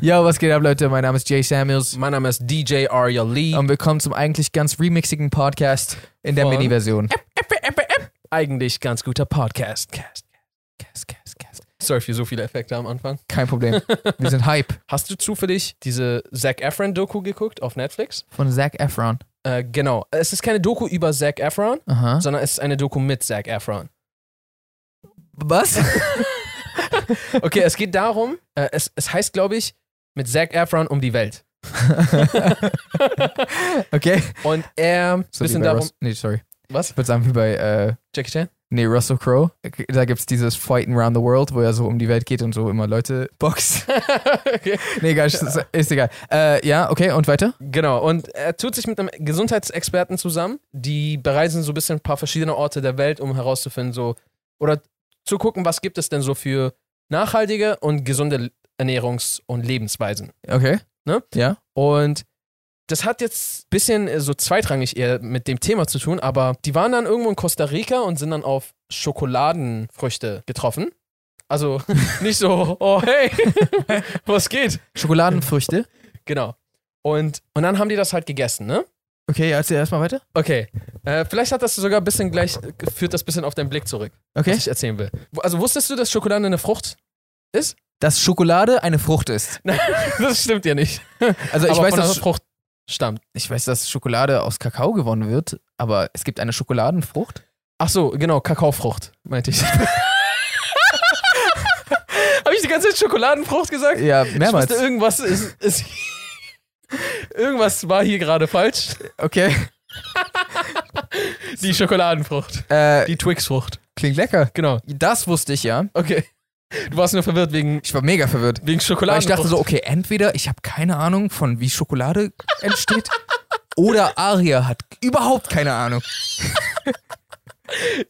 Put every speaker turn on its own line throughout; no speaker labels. Yo, was geht ab, Leute? Mein Name ist Jay Samuels
Mein Name ist DJ Arya Lee.
und willkommen zum eigentlich ganz remixigen Podcast in der
Mm. Von-
Mini-Version.
Eigentlich ganz guter Podcast. Cast, cast, cast, cast. Sorry für so viele Effekte am Anfang.
Kein Problem. Wir sind Hype
Hast du zufällig diese Zac Efron-Doku geguckt auf Netflix?
von Zac Efron.
Äh, genau. Es ist keine Doku über Zac Efron,
Aha.
sondern es ist eine Doku mit Zac Efron.
Was?
Okay, es geht darum, äh, es, es heißt, glaube ich, mit Zac Efron um die Welt.
okay.
Und er
So wie
bisschen
bei
darum.
Rus- nee, sorry.
Was?
Ich würde sagen, wie bei, äh,
Jackie Chan?
nee, Russell Crowe. Da gibt es dieses Fighting Around the World, wo er so um die Welt geht und so immer Leute boxt.
okay.
nee, egal, ist, ist egal. Äh, ja, okay, und weiter?
Genau, und er tut sich mit einem Gesundheitsexperten zusammen, die bereisen so ein bisschen ein paar verschiedene Orte der Welt, um herauszufinden, so, oder zu gucken, was gibt es denn so für nachhaltige und gesunde Ernährungs- und Lebensweisen.
Okay.
Ne?
Ja.
Und das hat jetzt ein bisschen äh, so zweitrangig eher mit dem Thema zu tun, aber die waren dann irgendwo in Costa Rica und sind dann auf Schokoladenfrüchte getroffen. Also nicht so, oh hey, was geht?
Schokoladenfrüchte.
Genau. Und, und dann haben die das halt gegessen, ne?
Okay, ja, erzähl erstmal weiter.
Okay. Äh, vielleicht hat das sogar ein bisschen gleich, führt das ein bisschen auf deinen Blick zurück,
Okay.
was ich erzählen will. Wo- Also wusstest du, dass Schokolade eine Frucht?
Dass Schokolade eine Frucht ist.
Das stimmt ja nicht.
Also ich
Aber
weiß,
von einer
dass,
Frucht stammt.
ich weiß, dass Schokolade aus Kakao gewonnen wird, aber es gibt eine Schokoladenfrucht.
Ach so, genau, Kakaofrucht, meinte ich. Habe ich die ganze Zeit Schokoladenfrucht gesagt?
Ja,
Ich wusste,
mehrmals.
irgendwas ist, ist Irgendwas war hier gerade falsch.
Okay.
Die Schokoladenfrucht.
Äh,
Die Twixfrucht.
klingt lecker.
Genau.
Das wusste ich ja.
Okay. Du warst nur verwirrt wegen,
Ich war mega verwirrt.
wegen
Weil
Schokoladenfrucht.
ich dachte so, okay, entweder ich habe keine Ahnung von wie Schokolade entsteht oder Aria hat überhaupt keine Ahnung.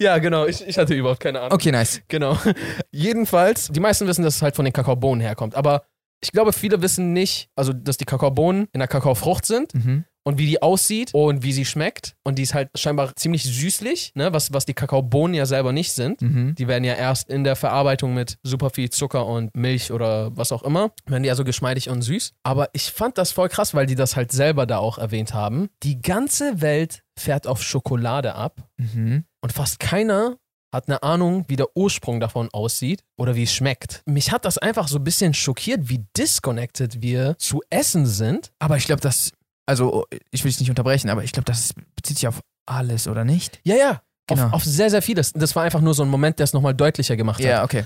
ja, genau. Ich, ich hatte überhaupt keine Ahnung.
Okay, nice.
Genau. Jedenfalls, die meisten wissen, dass es halt von den Kakaobohnen herkommt. Aber ich glaube, viele wissen nicht, also dass die Kakaobohnen in der Kakaofrucht sind
Mhm.
und wie die aussieht und wie sie schmeckt. Und die ist halt scheinbar ziemlich süßlich, ne? was, was die Kakaobohnen ja selber nicht sind.
Mhm.
Die werden ja erst in der Verarbeitung mit super viel Zucker und Milch oder was auch immer, werden die also geschmeidig und süß. Aber ich fand das voll krass, weil die das halt selber da auch erwähnt haben. Die ganze Welt fährt auf Schokolade ab
Mhm.
und fast keiner hat eine Ahnung, wie der Ursprung davon aussieht oder wie es schmeckt. Mich hat das einfach so ein bisschen schockiert, wie disconnected wir zu Essen sind.
Aber ich glaube, das, also ich will dich nicht unterbrechen, aber ich glaube, das bezieht sich auf alles oder nicht?
Ja, ja.
Genau.
Auf, auf sehr, sehr vieles. Das war einfach nur so ein Moment, der es nochmal deutlicher gemacht hat.
okay.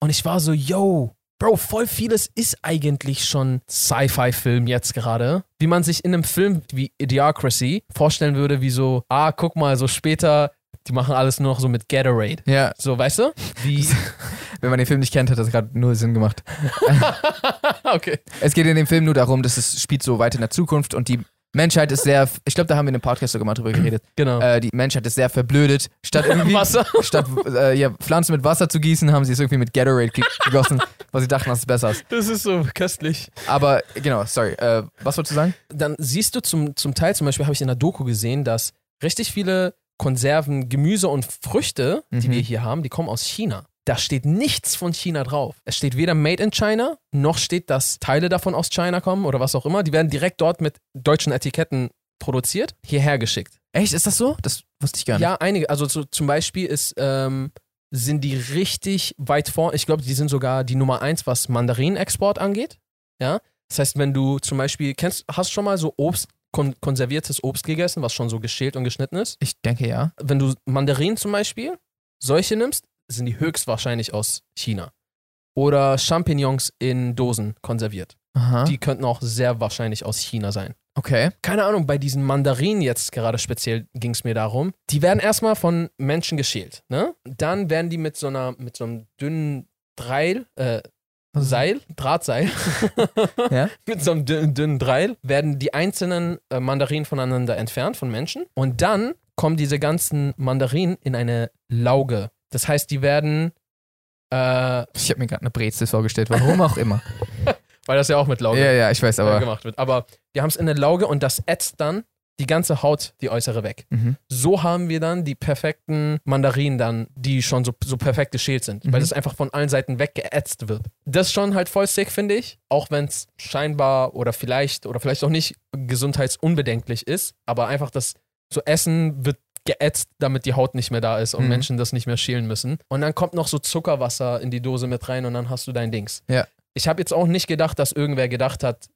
Und ich war so, yo, Bro, voll vieles ist eigentlich schon Sci-Fi-Film jetzt gerade. Wie man sich in einem Film wie Idiocracy vorstellen würde, wie so, ah, guck mal, so später, die machen alles nur noch so mit Gatorade.
Ja,
So, weißt du? Wie.
wenn man den Film nicht kennt, hat das gerade nur Sinn gemacht.
okay.
Es geht in dem Film nur darum, dass es spielt so weit in der Zukunft und die Menschheit ist sehr, ich glaube, da haben wir in einem Podcast sogar mal drüber geredet.
Genau.
Äh, die Menschheit ist sehr verblödet. Statt irgendwie
Wasser.
statt äh, ja, Pflanzen mit Wasser zu gießen, haben sie es irgendwie mit Gatorade ge- gegossen, weil sie dachten, dass es besser ist.
Das ist so köstlich.
Aber genau, sorry. Äh, was wolltest du sagen?
Dann siehst du zum, zum Teil, zum Beispiel habe ich in der Doku gesehen, dass richtig viele Konserven, Gemüse und Früchte, die
Mhm.
wir hier haben, die kommen aus China. Da steht nichts von China drauf. Es steht weder Made in China, noch steht, dass Teile davon aus China kommen oder was auch immer. Die werden direkt dort mit deutschen Etiketten produziert, hierher geschickt.
Echt, ist das so? Das wusste ich gar nicht.
Ja, einige. Also so, zum Beispiel ist, ähm, sind die richtig weit vorn. Ich glaube, die sind sogar die Nummer eins, was Mandarinexport angeht. Ja. Das heißt, wenn du zum Beispiel, kennst, hast schon mal so Obst, kon konserviertes Obst gegessen, was schon so geschält und geschnitten ist?
Ich denke ja.
Wenn du Mandarinen zum Beispiel, solche nimmst, sind die höchstwahrscheinlich aus China. Oder Champignons in Dosen konserviert.
Aha.
Die könnten auch sehr wahrscheinlich aus China sein
okay.
keine Ahnung, bei diesen Mandarinen jetzt gerade speziell ging es mir darum, die werden erstmal von Menschen geschält, ne? Dann werden die mit so einer, mit so einem dünnen Dreil, äh,
Was ist-
Seil, Drahtseil,
Ja.
mit so einem dünnen, dünnen Dreil, werden die einzelnen äh, Mandarinen voneinander entfernt von Menschen und dann kommen diese ganzen Mandarinen in eine Lauge. Das heißt, die werden, äh, weil
Ich habe mir gerade eine Brezel vorgestellt, warum auch immer.
das ja auch mit Lauge
Ja, genau. ja, ich weiß,
äh,
aber.
gemacht wird, aber die haben es in eine Lauge und das ätzt dann die ganze Haut, die äußere weg.
Mhm.
So haben wir dann die perfekten Mandarinen dann, die schon so, so perfekt geschält sind,
Mhm.
weil das einfach von allen Seiten weggeätzt wird. Das ist schon halt voll sick, finde ich, auch wenn es scheinbar oder vielleicht oder vielleicht auch nicht gesundheitsunbedenklich ist, aber einfach das so Essen wird geätzt, damit die Haut nicht mehr da ist und
Mhm.
Menschen das nicht mehr schälen müssen. Und dann kommt noch so Zuckerwasser in die Dose mit rein und dann hast du dein Dings.
Ja.
Ich habe jetzt auch nicht gedacht, dass irgendwer gedacht hat,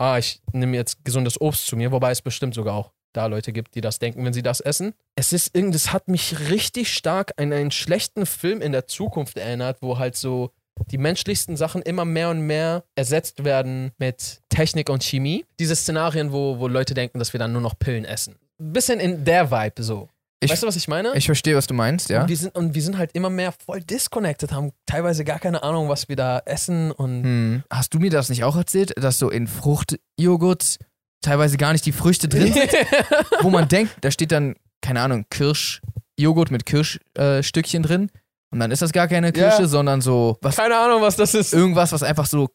ah, ich nehme jetzt gesundes Obst zu mir, wobei es bestimmt sogar auch da Leute gibt, die das denken, wenn sie das essen. Es ist irgendwie, das hat mich richtig stark an einen schlechten Film in der Zukunft erinnert, wo halt so die menschlichsten Sachen immer mehr und mehr ersetzt werden mit Technik und Chemie. Diese Szenarien, wo, wo Leute denken, dass wir dann nur noch Pillen essen. Bisschen in der Vibe so.
Ich-
weißt du, was ich meine?
Ich verstehe, was du meinst, ja.
Und wir, sind, und wir sind halt immer mehr voll disconnected, haben teilweise gar keine Ahnung, was wir da essen und
Hm. Hast du mir das nicht auch erzählt, dass so in Fruchtjoghurts teilweise gar nicht die Früchte drin sind, wo man denkt, da steht dann, keine Ahnung, Kirschjoghurt mit Kirschstückchen äh, Stückchen drin und dann ist das gar keine
Ja.
Kirsche, sondern so was,
keine Ahnung, was das ist.
irgendwas, was einfach so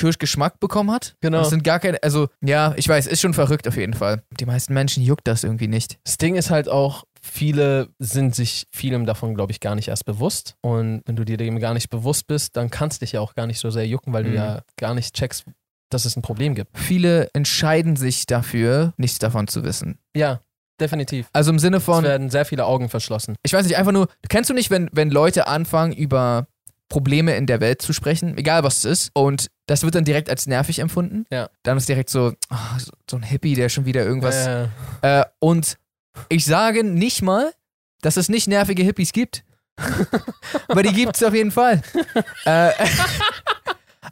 Kirschgeschmack bekommen hat.
Genau.
Und Das sind gar keine, also ja, ich weiß, ist schon verrückt auf jeden Fall. Die meisten Menschen juckt das irgendwie nicht.
Das Ding ist halt auch, viele sind sich vielem davon, glaube ich, gar nicht erst bewusst. Und wenn du dir dem gar nicht bewusst bist, dann kannst dich ja auch gar nicht so sehr jucken, weil du
Mhm.
ja gar nicht checkst, dass es ein Problem gibt.
Viele entscheiden sich dafür, nichts davon zu wissen.
Ja, definitiv.
Also im Sinne
Es
von,
werden sehr viele Augen verschlossen.
ich weiß nicht, einfach nur, kennst du nicht, wenn, wenn Leute anfangen, über Probleme in der Welt zu sprechen, egal was es ist, und das wird dann direkt als nervig empfunden?
Ja.
Dann ist direkt so, ah, so- so ein Hippie, der schon wieder irgendwas.
Äh,
Äh, und ich sage nicht mal, dass es nicht nervige Hippies gibt. Aber die gibt es auf jeden Fall. äh,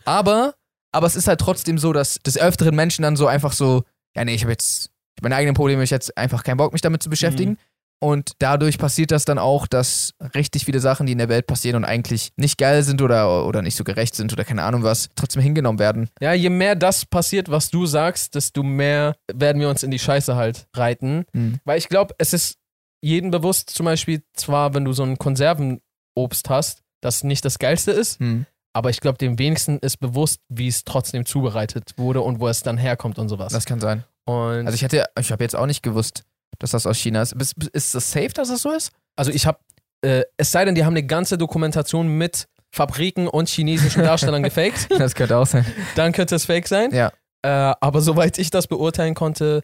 aber, aber es ist halt trotzdem so, dass des Öfteren Menschen dann so einfach so, ja, nee, ich habe jetzt ich hab meine eigenen Probleme, ich habe jetzt einfach keinen Bock, mich damit zu beschäftigen. Und dadurch passiert das dann auch, dass richtig viele Sachen, die in der Welt passieren und eigentlich nicht geil sind oder, oder nicht so gerecht sind oder keine Ahnung was, trotzdem hingenommen werden.
ja, je mehr das passiert, was du sagst, desto mehr werden wir uns in die Scheiße halt reiten.
Mhm.
Weil ich glaube, es ist jedem bewusst, zum Beispiel, zwar, wenn du so ein Konservenobst hast, das nicht das Geilste ist,
Hm.
Aber ich glaube, dem wenigsten ist bewusst, wie es trotzdem zubereitet wurde und wo es dann herkommt und sowas.
Das kann sein.
und
Also ich hätte, ich habe jetzt auch nicht gewusst, dass das aus China ist. Bis- bis- Ist das safe, dass das so ist?
also ich habe, äh, es sei denn, die haben eine ganze Dokumentation mit Fabriken und chinesischen Darstellern gefaked,
Das könnte auch sein.
dann könnte es fake sein.
Ja.
Äh, aber soweit ich das beurteilen konnte,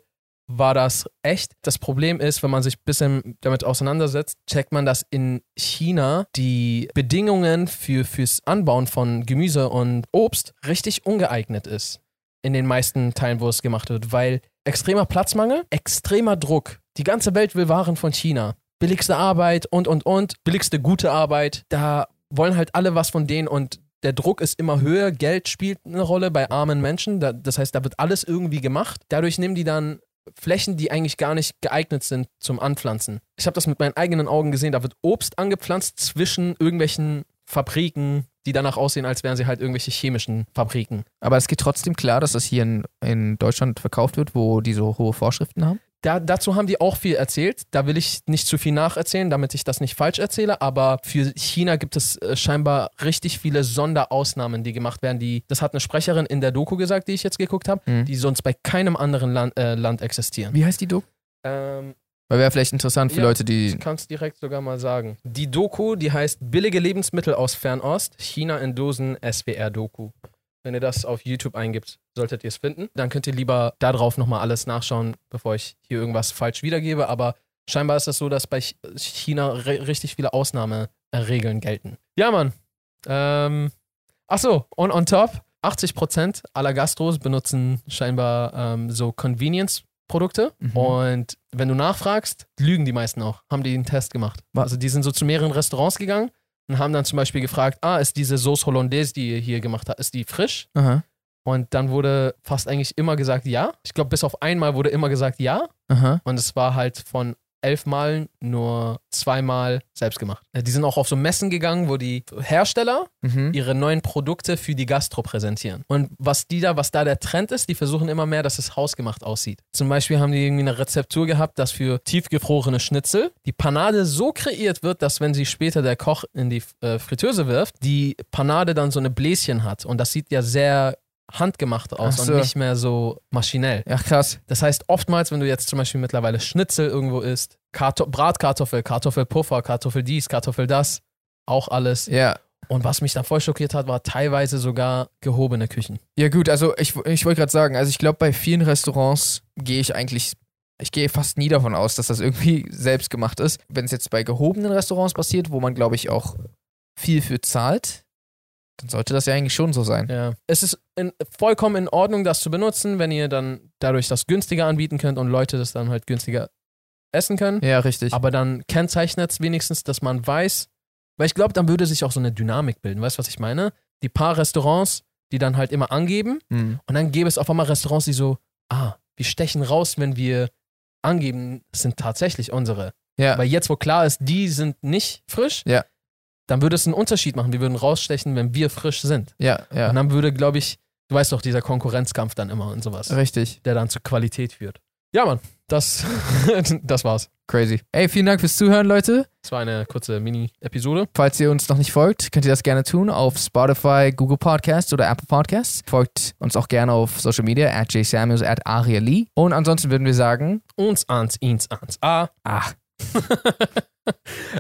war das echt. Das Problem ist, wenn man sich ein bisschen damit auseinandersetzt, checkt man, dass in China die Bedingungen für, fürs Anbauen von Gemüse und Obst richtig ungeeignet ist. In den meisten Teilen, wo es gemacht wird, weil extremer Platzmangel, extremer Druck. Die ganze Welt will Waren von China. Billigste Arbeit und, und, und. Billigste gute Arbeit. Da wollen halt alle was von denen und der Druck ist immer höher, Geld spielt eine Rolle bei armen Menschen. Da, das heißt, da wird alles irgendwie gemacht. Dadurch nehmen die dann Flächen, die eigentlich gar nicht geeignet sind zum Anpflanzen. Ich habe das mit meinen eigenen Augen gesehen. Da wird Obst angepflanzt zwischen irgendwelchen Fabriken, die danach aussehen, als wären sie halt irgendwelche chemischen Fabriken.
Aber es geht trotzdem klar, dass das hier in, in Deutschland verkauft wird, wo die so hohe Vorschriften haben.
Da, dazu haben die auch viel erzählt. Da will ich nicht zu viel nacherzählen, damit ich das nicht falsch erzähle. Aber für China gibt es äh, scheinbar richtig viele Sonderausnahmen, die gemacht werden. Die, das hat eine Sprecherin in der Doku gesagt, die ich jetzt geguckt habe,
Mhm.
die sonst bei keinem anderen Land, äh, Land existieren.
Wie heißt die Doku?
Ähm,
Weil wäre vielleicht interessant für
Ja.
Leute,
ich
die.
kann es direkt sogar mal sagen. Die Doku, die heißt Billige Lebensmittel aus Fernost, China in Dosen, SWR-Doku. Wenn ihr das auf YouTube eingibt, solltet ihr es finden. Dann könnt ihr lieber darauf nochmal alles nachschauen, bevor ich hier irgendwas falsch wiedergebe. Aber scheinbar ist es das so, dass bei Ch- China ri- richtig viele Ausnahmeregeln gelten. Ja, Mann. Ähm, Achso, und on top, 80% aller Gastros benutzen scheinbar ähm, so Convenience-Produkte.
Mhm.
Und wenn du nachfragst, lügen die meisten auch, haben die einen Test gemacht.
Wa-
Also die sind so zu mehreren Restaurants gegangen und haben dann zum Beispiel gefragt, ah, ist diese Sauce Hollandaise, die ihr hier gemacht habt, ist die frisch?
Aha.
Und dann wurde fast eigentlich immer gesagt, ja. Ich glaube, bis auf einmal wurde immer gesagt, ja.
Aha.
Und es war halt von elf Malen nur zweimal selbst gemacht. Äh, Die sind auch auf so Messen gegangen, wo die Hersteller
Mhm.
ihre neuen Produkte für die Gastro präsentieren. Und was die da, was da der Trend ist, die versuchen immer mehr, dass es hausgemacht aussieht. Zum Beispiel haben die irgendwie eine Rezeptur gehabt, dass für tiefgefrorene Schnitzel die Panade so kreiert wird, dass wenn sie später der Koch in die äh, Fritteuse wirft, die Panade dann so eine Bläschen hat. Und das sieht ja sehr handgemacht aus
Ach so.
und nicht mehr so maschinell.
Ach krass.
Das heißt, oftmals, wenn du jetzt zum Beispiel mittlerweile Schnitzel irgendwo isst, Karto Bratkartoffel, Kartoffelpuffer, Kartoffel dies, Kartoffel das, auch alles.
Ja.
Und was mich da voll schockiert hat, war teilweise sogar gehobene Küchen.
Ja gut, also ich, ich wollte gerade sagen, also ich glaube, bei vielen Restaurants gehe ich eigentlich, ich gehe fast nie davon aus, dass das irgendwie selbst gemacht ist. Wenn es jetzt bei gehobenen Restaurants passiert, wo man, glaube ich, auch viel für zahlt, dann sollte das ja eigentlich schon so sein.
Ja. Es ist in, vollkommen in Ordnung, das zu benutzen, wenn ihr dann dadurch das günstiger anbieten könnt und Leute das dann halt günstiger essen können.
Ja, richtig.
Aber dann kennzeichnet es wenigstens, dass man weiß, weil ich glaube, dann würde sich auch so eine Dynamik bilden. Weißt du, was ich meine? Die paar Restaurants, die dann halt immer angeben
Hm.
und dann gäbe es auf einmal Restaurants, die so, ah, wir stechen raus, wenn wir angeben, es sind tatsächlich unsere.
Ja.
Weil jetzt, wo klar ist, die sind nicht frisch,
Ja.
dann würde es einen Unterschied machen. Wir würden rausstechen, wenn wir frisch sind.
Ja,
Und
ja.
dann würde, glaube ich, du weißt doch, dieser Konkurrenzkampf dann immer und sowas,
Richtig.
der dann zur Qualität führt. Ja, Mann, das, das war's.
Crazy. Ey, vielen Dank fürs Zuhören, Leute.
Das war eine kurze Mini-Episode.
Falls ihr uns noch nicht folgt, könnt ihr das gerne tun auf Spotify, Google Podcasts oder Apple Podcasts. Folgt uns auch gerne auf Social Media, at jsamuels, at Aria Lee. Und ansonsten würden wir sagen,
Uns ans, ins ans. Ah,
ah,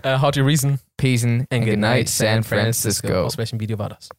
äh, how do you reason?
Peace and, and good night, San Francisco.
Aus welchem Video war das?